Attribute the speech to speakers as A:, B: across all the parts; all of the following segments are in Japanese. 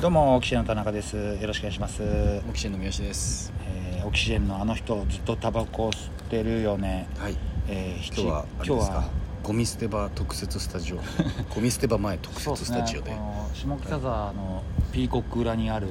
A: どうもオキシエンの田中ですよろしくお願いします、え
B: オキシエンの三好です
A: ーオキシエンのあの人ずっとタバコ吸ってるよね、
B: はい
A: えーひ
B: 今日はあれ
A: 今
B: で
A: 日
B: すか
A: は
B: ゴミ捨て場特設スタ ジオゴミ捨て場前特
A: そう
B: 設スタジオ
A: で
B: で
A: すねあ
B: ね
A: の下北沢のピーコック裏にある、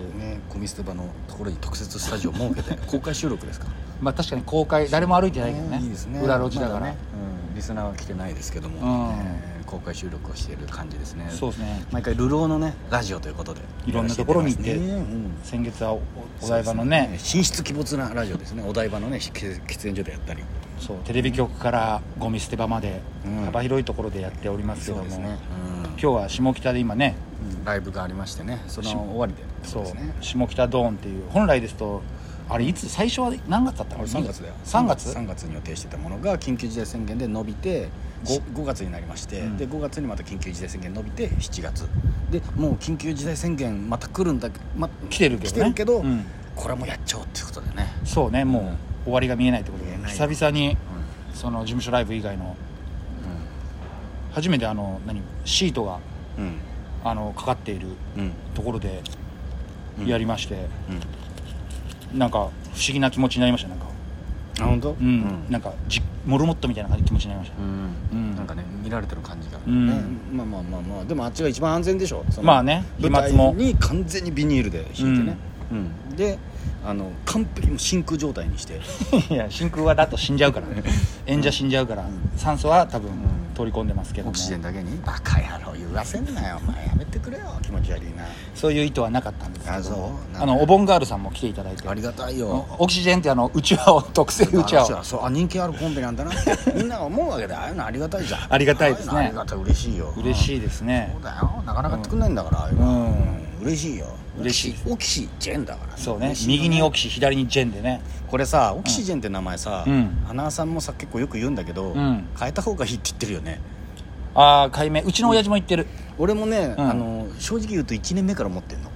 B: ゴミ捨て場のところに特設スタジオ設 けて公開収録ですか
A: まあ確かに公開誰も歩いてないけどね
B: いいですね
A: 裏路地だから、
B: まねうんリスナーは来てないですけど
A: う
B: も、
A: ん
B: えー公開収録をしている感じですね
A: そうですね
B: 毎回流浪のねラジオということで
A: いろんなところに行って
B: やらせいただいますねうん
A: 先月はおお台場のね
B: そうです神出鬼没なラジオですねお台場のねひ喫煙所でやったり
A: そうテレビ局からゴミ捨て場まで
B: うん
A: 幅広いところでやっておりますけども、
B: うん
A: 今日は下北で今ね
B: うんライブがありましてねその終わりで
A: そう
B: ですね
A: 下北ドーンっていう本来ですとあれいつ最初は何月だった
B: あ
A: の
B: れ3月だよ
A: 3月
B: 3月に予定してたものが緊急事態宣言で伸びて 5, 月になりまして、
A: うん
B: で5月にまた緊急事態宣言伸びて7月でもう緊急事態宣言また来るんだけ、ま、
A: 来てるけどね
B: 来てるけど、
A: うん
B: これはもうやっちゃおうっていうことでね、
A: そうねもう終わりが見えないってことで
B: 見えない
A: 久々に
B: うん
A: その事務所ライブ以外の初めてあの何シートが
B: うん
A: あのかかっている
B: うん
A: ところで
B: うん
A: やりまして、
B: うん
A: なんか不思議な気持ちになりましたなんか
B: あ本当
A: うん、なんかじモルモットみたいな気持ちになりました、
B: うん
A: うん
B: なんかね見られてる感じが、
A: うん
B: ねまあまあまあまあでもあっちが一番安全でしょその
A: まあね飛
B: 舞
A: 沫
B: 台
A: も
B: に完全にビニールで引いてね、うんであの完璧にもう真空状態にして、
A: いや真空はだと死んじゃうからね演者死んじゃうから、酸素は多分
B: ん
A: 取り込んでますけど
B: オ
A: も
B: キシジェンだけにバカ野郎言わせんなよお前やめてくれよ気持ち悪いな
A: そういう意図はなかったんですけ
B: あ
A: ど
B: そ
A: も
B: う
A: あのお盆ガールさんも来ていただいて
B: ありがたいよ
A: オキシジェンってあのうちわを特製うちわを
B: あそうあ人気あるコンビなん だなってみんなが思うわけでああいうのありがたいじゃん
A: ありがたいですね
B: ああうのありがたい嬉しいよ
A: 嬉
B: い
A: しいですね
B: そうだよなかなかやってくんないんだから、ああいうのうん、嬉しいよ
A: 嬉しい
B: オキシオキシジェンだから
A: そうね
B: 嬉しいよ
A: 右にオキシ左にジェンでね
B: これさオキシジェンって名前さ、
A: うん
B: 花輪さんもさ結構よく言うんだけど、
A: うん
B: 変えた方がいいって言ってるよね
A: ああ解明うちの親父も言ってる
B: 俺もね、
A: うん
B: あの正直言うと1年目から思ってんの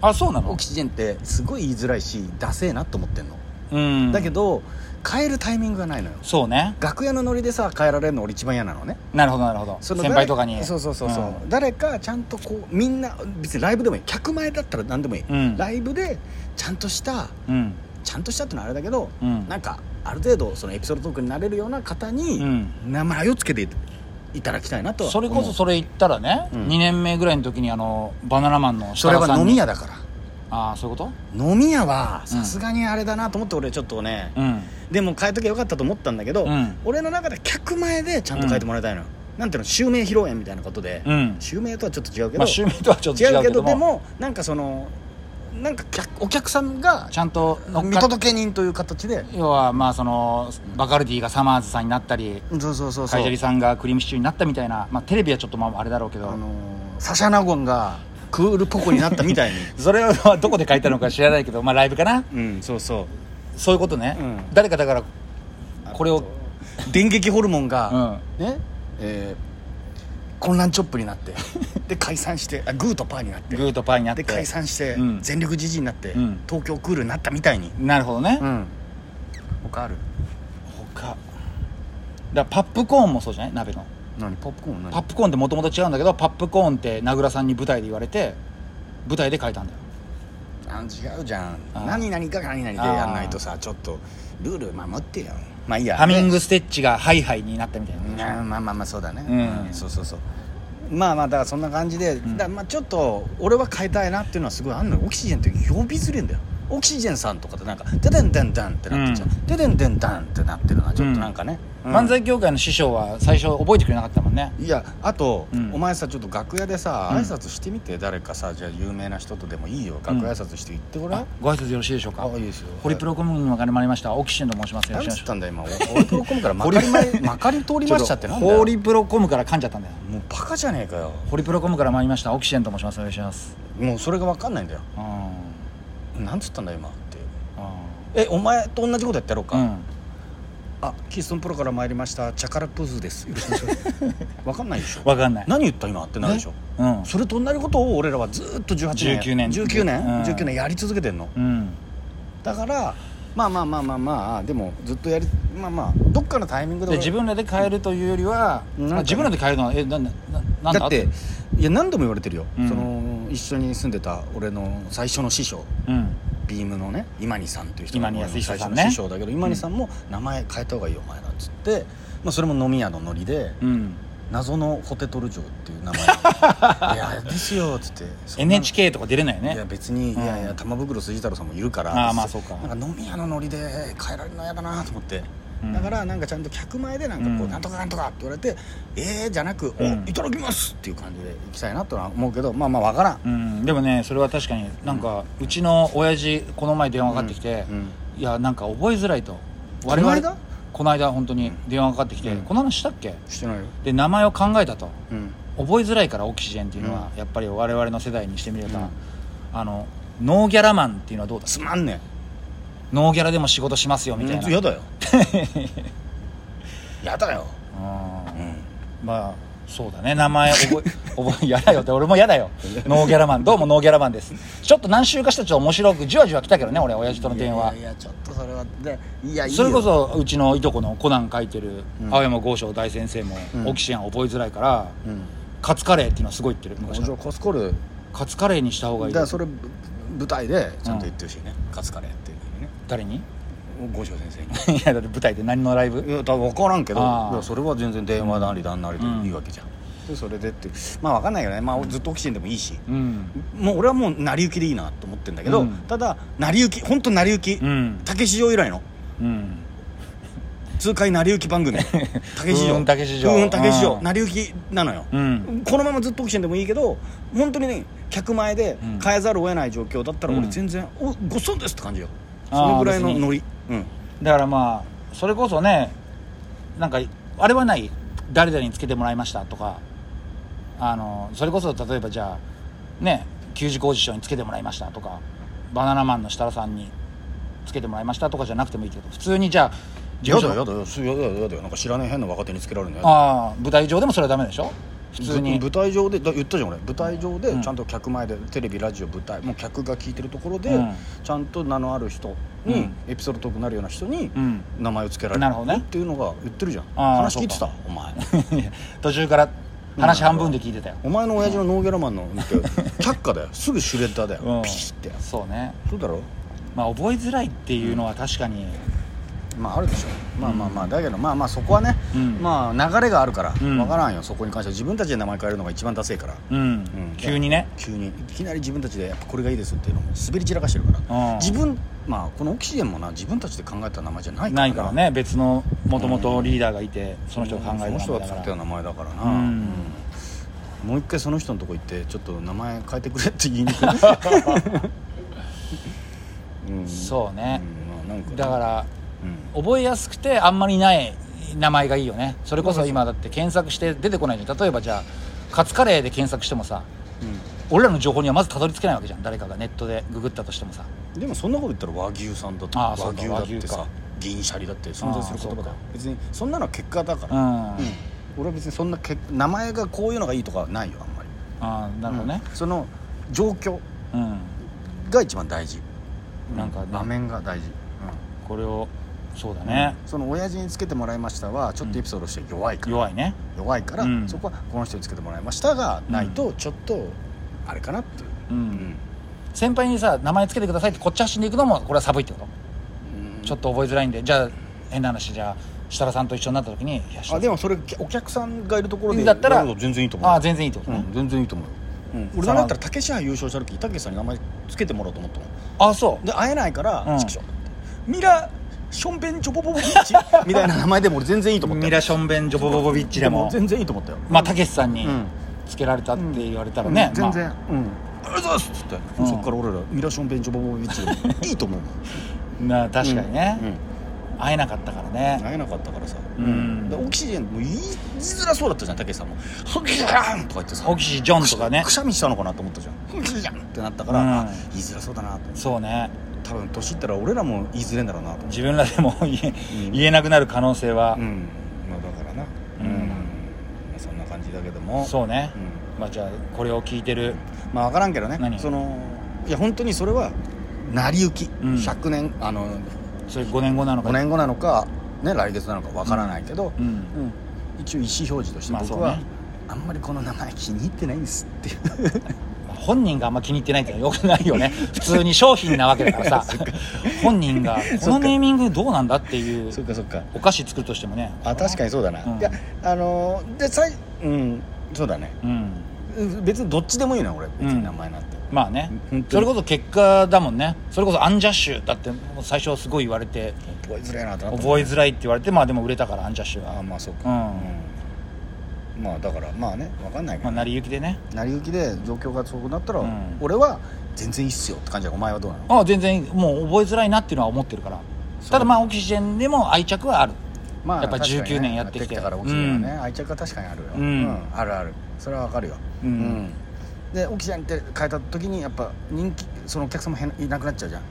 A: あそうな
B: オ
A: の
B: キシジェンってすごい言いづらいしダセえなと思ってんの、
A: うん
B: だけど変えるタイミングがないのよ
A: そうね
B: 楽屋のノリでさ変えられるの俺一番嫌なのね
A: なるほどなるほど
B: そ
A: 先
B: の
A: 輩とかに
B: 誰そうそうそうそう、誰かちゃんとこうみんな別にライブでもいい客前だったら何でもいい、
A: うん
B: ライブでちゃんとした
A: うんうん
B: ちゃんとしたってのはあれだけど、
A: うん
B: なんかある程度そのエピソードトークになれるような方に
A: うん
B: 名前をつけていただきたいなとは
A: それこそそ
B: れ
A: れ言ったらね、
B: うん
A: 2年目ぐらいの時にあのバナナマンの設
B: それ
A: 楽さ
B: は
A: ん
B: 飲
A: に
B: み屋だから
A: ああそういうこ
B: 飲み屋はさすがにあれだなと思って俺ちょっとね、
A: とうん
B: でも変えときゃよかったと思ったんだけど、
A: うん
B: 俺の中で客前でちゃんと変えてもらいたいのよ、なんていうの襲名披露宴みたいなことで、
A: うん
B: 襲名とはちょっと違うけ
A: ま
B: ど、
A: あ襲名とはちょっと
B: 違
A: 違
B: う
A: う
B: け
A: け
B: ど
A: ども
B: でもなんかそのなんか客お客さんが
A: ちゃんと乗っ
B: 見
A: かっ
B: 届け人という形で
A: 要はまあそのバカルディがサマーズさんになったり
B: そうそうそうそ
A: カイジャ
B: う
A: リさんがクリームシチューになったみたいな、まあ、テレビはちょっとまああれだろうけど
B: あのーサシャナゴンがクールポコになったみ たいに
A: それはどこで書いたのか知らないけどまあライブかな
B: うんそうそ
A: そういうことね、
B: うん
A: 誰かだからこれを
B: う電撃ホルモン
A: う
B: が、
A: ん
B: ねえー混乱チョップになってで解散してあグーとパーになって
A: グーとパーになって
B: で解散して、
A: うん
B: 全力じじいになって、
A: うん
B: 東京クールになったみたいに
A: なるほどね、
B: ん他ある
A: 他だからパップコーンもそうじゃない鍋の
B: 何ポップコーン何
A: パップコーンってもともと違うんだけどパップコーンって名倉さんに舞台で言われて舞台で書いたんだよ
B: あ違うじゃん
A: あー
B: 何々か何々でやんないとさちょっとルール守ってよまあいいや
A: ハミン
B: グ
A: グステッチがハイハイになったみたいな、
B: まあまあまあそうだね、
A: うん
B: そうそうそうまあまあだからそんな感じで、
A: ん
B: だからまあちょっと俺は変えたいなっていうのはすごいあんのよオキシジェンって呼びづれんだよオキシジェンさんとかってなんか「デデンデンデン」ってなってんじゃん
A: う
B: 「デデンデンデン」ってなってるのはちょっとなんかね、うん
A: 漫才協会の師匠は最初覚えてくれなかったもんね
B: いやあと、
A: うん
B: お前さちょっと楽屋でさ
A: うん
B: 挨拶してみて、誰かさじゃあ有名な人とでもいいよ
A: うん
B: 楽屋挨拶して言ってごらん、
A: あご挨拶よろしいでしょうか
B: あいいですよ
A: ホリプロコムに分かりまりましたオキシエンと申しますよ
B: 何
A: ろしくお願い
B: つ
A: し
B: っ
A: ます
B: たんだよ 今俺プロコムからまかりままかり通りましたってなんだ
A: ホ
B: よ
A: リプロコムから噛んじゃったんだよ
B: もうバカじゃねえかよ
A: ホリプロコムから参りましたオキシエンと申しますお願いします
B: もうそれが分かんないんだよ
A: うん
B: 何つったんだよ今ってえお前と同じことやってやろうか、
A: うん
B: あキーストンプロから参りましたチャカラプーズですよろしく お願いします分かんないでしょ
A: 分かんない
B: 何言った今ってなるでしょ、
A: うん
B: それと同じことを俺らはずっと18年
A: 19年
B: 19年、
A: うん
B: 19年やり続けてんの
A: うん
B: だからまあまあまあまあまあでもずっとやりまあまあどっかのタイミングで
A: で自分らで変えるというよりは、
B: うん
A: あ自分らで変えるのはえなんだななんだ
B: だっていや何度も言われてるよ、
A: うん
B: その一緒に住んでた俺の最初の師匠
A: うん
B: ビームのね今にさんという人
A: 今に安久
B: 最
A: さ
B: 初
A: んね
B: の師匠だけど今にさんも名前変えた方がいいよお前らっつって、まあ、それも飲み屋のノリで
A: うん
B: 謎のホテトル城っていう 名前いやですよっつってそんな
A: NHK とか出れないよ
B: いや
A: ね
B: 別に、
A: うん
B: いやいや玉袋筋太郎さんもいるから
A: あーまあそうか
B: なんか飲み屋のノリで変えられるの嫌だなと思って、
A: うん
B: だからなんかちゃんと客前でなんかこう、
A: うん
B: なんとかなんとかって言われてえー、じゃなく、
A: うん
B: おいただきますっていう感じでいきたいなとは思うけどまあまあわからん、
A: うんでもねそれは確かになんか、うちの親父この前電話かかってきて、
B: うん
A: いやなんか覚えづらいと
B: この間
A: この間本当に電話かかってきて、
B: うん
A: この話したっけ
B: してないよ、
A: で名前を考えたと
B: うん、
A: 覚えづらいからオキシジェンっていうのは、やっぱり我々の世代にしてみれば、
B: うん
A: あのノーギャラマンっていうのはどうだ
B: つまんね
A: ノーギャラでも仕事しますよ
B: え
A: みたい
B: ほん
A: な、
B: とやだよ やだよ、
A: うん
B: うん、
A: まあそうだね名前覚え 覚えやだよって俺もやだよノーギャラマンどうもノーギャラマンですちょっと何週かしたらちょっと面白くじわじわ来たけどね俺親父との電話
B: いやいやいやちょっとそれはでいやいいよ
A: それこそうちのいとこのコナン書いてる
B: うん
A: 青山剛昌大先生も、
B: うん
A: オキシエン覚えづらいから、
B: うん
A: カツカレーっていうのはすごい言ってる昔
B: じ
A: から
B: ゃあコスコール
A: カツカレーにした方がいい
B: だからそれぶ舞台でちゃんと言ってほしいね、カツカレーっていうのにね
A: 誰に い
B: 五条 先生に
A: やだって舞台で何のライブ
B: いや多分分からんけどい
A: あー
B: やそれは全然電話なり何なりで
A: うん
B: いいわけじゃん、でそれでってまあ分かんないけどね、まあ、ずっとオキシエンでもいいし、
A: うん
B: もう俺はもう成り行きでいいなと思ってんだけど、
A: うん
B: ただ成り行き本当成り行き、
A: うん
B: 竹市場以来の
A: うん
B: 痛快成り行き番 組竹市
A: 風
B: 場
A: 雲竹市場
B: うん竹市場
A: うん
B: 成り行きなのよ、
A: うん
B: このままずっとオキシエンでもいいけど本当にね客前で
A: うん
B: 変えざるを得ない状況だったら
A: うん
B: 俺全然「おごっそんです」って感じよ
A: あ
B: そ
A: ー
B: のぐらいのノリうん
A: だからまあそれこそねなんかあれはない誰々につけてもらいましたとかあのそれこそ例えばじゃあね給仕工事所につけてもらいましたとかバナナマンの設楽さんにつけてもらいましたとかじゃなくてもいいけど普通にじゃあ事
B: や
A: 務
B: だ
A: 所
B: よやだよすやだよやだよなんか知らない変な若手につけられるのやだよ
A: ああ舞台上でもそれはダメでしょ普通に
B: ぶ舞台上でだ言ったじゃん俺舞台上で
A: うん
B: ちゃんと客前で、テレビラジオ舞台もう客が聞いてるところで、
A: うん
B: ちゃんと名のある人に、
A: うん
B: エピソードトークになるような人に、
A: うん
B: 名前を付けられ
A: なるほどね
B: っていうのが言ってるじゃん
A: あー
B: 話聞いてたお前
A: 途中から話半分で聞いてたよ
B: お前の親父のノーギャラマンの見て却下だ よすぐシュレッダーだよ、
A: うん
B: ピシッて
A: そうね
B: そうだろ
A: まあ覚えづらいっていうのは確かに
B: まああるでしょまあまあまあだけどまあまあそこはね、
A: うん
B: まあ流れがあるから、
A: うん
B: 分からんよそこに関しては自分たちで名前変えるのが一番ダセいから
A: うん、
B: ん
A: 急にね
B: 急にいきなり自分たちでやっぱこれがいいですっていうのも滑り散らかしてるから、
A: うん
B: 自分まあこのオキシエンもな自分たちで考えた名前じゃないから
A: ないからね別のもともとリーダーがいて、その人が考えた名前
B: その人が
A: だ
B: 作
A: か
B: った
A: ら
B: 名前だからな、
A: うん
B: もう一回その人のとこ行ってちょっと名前変えてくれって言いにくい、 うん
A: そうね、
B: うんまあなんかね
A: だから
B: うん
A: 覚えやすくてあんまりない名前がいいよねそれこそ今だって検索して出てこないじゃん例えばじゃあカツカレーで検索してもさ俺らの情報にはまずたどり着けないわけじゃん誰かがネットでググったとしてもさ
B: うんでもそんなこと言ったら和牛さんだって
A: あ
B: 和
A: あそうか
B: 牛だって
A: 和
B: さ
A: 牛か
B: 銀シャリだって存在する言
A: ああそ
B: 葉だ
A: うか
B: よ別にそんなのは結果だか
A: う
B: ら、
A: ん、
B: うん俺は別にそんなけ名前がこういうのがいいとかはないよあんまり
A: ああなるほどね
B: うんその状況
A: うん、
B: が一番大事
A: なんかね
B: 場面が大事、
A: これをそうだ
B: うん
A: ね、
B: その親父につけてもらいましたはちょっとエピソードとして弱いから、
A: 弱いね
B: 弱いから、
A: うん
B: そこはこの人につけてもらいましたがないとちょっとあれかなっていう、
A: うん、
B: うん
A: 先輩にさ名前つけてくださいってこっち走んでいくのもこれは寒いってことちょっと覚えづらいんでじゃあ変な話じゃあ設楽さんと一緒になった時にいや
B: あでもそれお客さんがいるところで
A: だったら
B: やるの全然いいと思う
A: ああ全然いいってことね、
B: うん、全然いいと思うよ、うん、俺
A: さあ
B: なんだったら竹島優勝した時たけしさんに名前つけてもらおうと思ったもん
A: ああそう
B: で会えないから、
A: うん
B: ちくしょうミラションベンチョボボボビッ チみたいな名前でも俺全然いいと思ったよ
A: ミラションベンジョボボボビッチでも
B: 全然いいと思ったよ
A: まあたけしさんに
B: うん
A: つけられたって言われたらね、
B: うん全
A: ま
B: 然、
A: あ
B: うんありがとうございますっつって、
A: うん
B: そっから俺らミラションベンチョボボビッチでいいと思うもん
A: なあ確かにね、
B: うん
A: 会えなかったから
B: うん
A: ね
B: 会えなかったからさ、
A: うん
B: でオキシジェンもう言いづらそうだったじゃんたけしさんも「ホキシャン!」とか言ってさ
A: オキシジョンとかね
B: くしゃみしたのかなと思ったじゃん「ホキシジャン!」ってなったから、
A: うん
B: あ言いづらそうだなと思って
A: そうね
B: 多分年いったら俺らも言いづれんだろうなと思って
A: 自分らでも 言え
B: うん
A: 言えなくなる可能性は
B: う、んまあだからな
A: うん
B: まあ、そんな感じだけども
A: そうね、
B: う
A: まあじゃあこれを聞いてる
B: んまあ分からんけど
A: 何
B: ねそのいや本当にそれは成り行き、
A: ん
B: 100年あの
A: それ5年後なのか
B: 5年後なのか、ね、来月なのかわからないけど、
A: う
B: うん
A: ん
B: 一応意思表示として
A: まあ
B: 僕は、
A: そうね
B: あんまりこの名前気に入ってないんですっていう
A: 本人があんま気に入ってないってのはよくないよね普通に商品なわけだ からさ本人がこのネーミングどうなんだっていう
B: そっかそっか
A: お菓子作るとしてもね
B: あ確かにそうだな、
A: うん
B: いやあのーでさいうんそうだね
A: うん
B: うん別にどっちでもいいな俺別
A: う
B: に
A: ん
B: 名前なんて、
A: まあね
B: 本当に
A: それこそ結果だもんねそれこそアンジャッシュだってもう最初すごい言われて
B: 覚えづらいなとなった
A: 覚えづらいって言われてまあでも売れたからアンジャッシュ
B: ああ
A: は、
B: まあそう
A: う
B: か、
A: ん
B: うんまあだからまあねわかんないけ
A: ま
B: ど、
A: あ、成り行きでね
B: 成り行きで状況がそうなったら、
A: うん
B: 俺は全然いいっすよって感じだお前はどうなの
A: ああ全然もう覚えづらいなっていうのは思ってるから
B: そう
A: ただまあオキシジェンでも愛着はある
B: ま
A: やっぱ
B: 確かに
A: 19年やってきて
B: たからオキシジェンはね、愛着は確かにあるよ、
A: うん
B: あるあるそれはわかるよ、
A: うん
B: でオキシジェンって変えた時にやっぱ人気そのお客様変いなくなっちゃうじゃん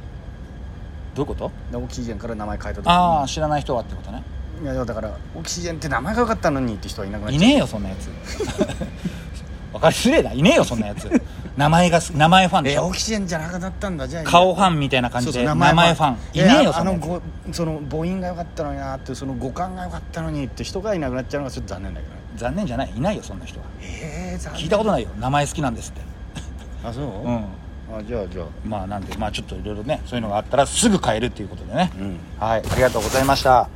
A: どういうこと
B: でオキシジェンから名前変えた時に
A: ああ知らない人はってことね
B: いやだからオキシジェンって名前が良かったのにって人はいなくなっちゃう
A: いねえよそんなやつ わかりづれえないねえよそんなやつ名前が名前ファンでし
B: えオ
A: ょ
B: キシジェンじゃなくなったんだじゃあ
A: 顔ファンみたいな感じで名前ファンいねえよ
B: あ
A: そ
B: あ
A: んな
B: の
A: やつ
B: ごその母音が良かったのになってその語感が良かったのにって人がいなくなっちゃうのがちょっと残念だけどね
A: 残念じゃないいないよそんな人は
B: ええ残念
A: 聞いたことないよ名前好きなんですって
B: あそう、
A: うん
B: あじゃあじゃあ
A: まあなんでまあちょっといろいろねそういうのがあったらすぐ変えるっていうことでね
B: うん
A: はいありがとうございました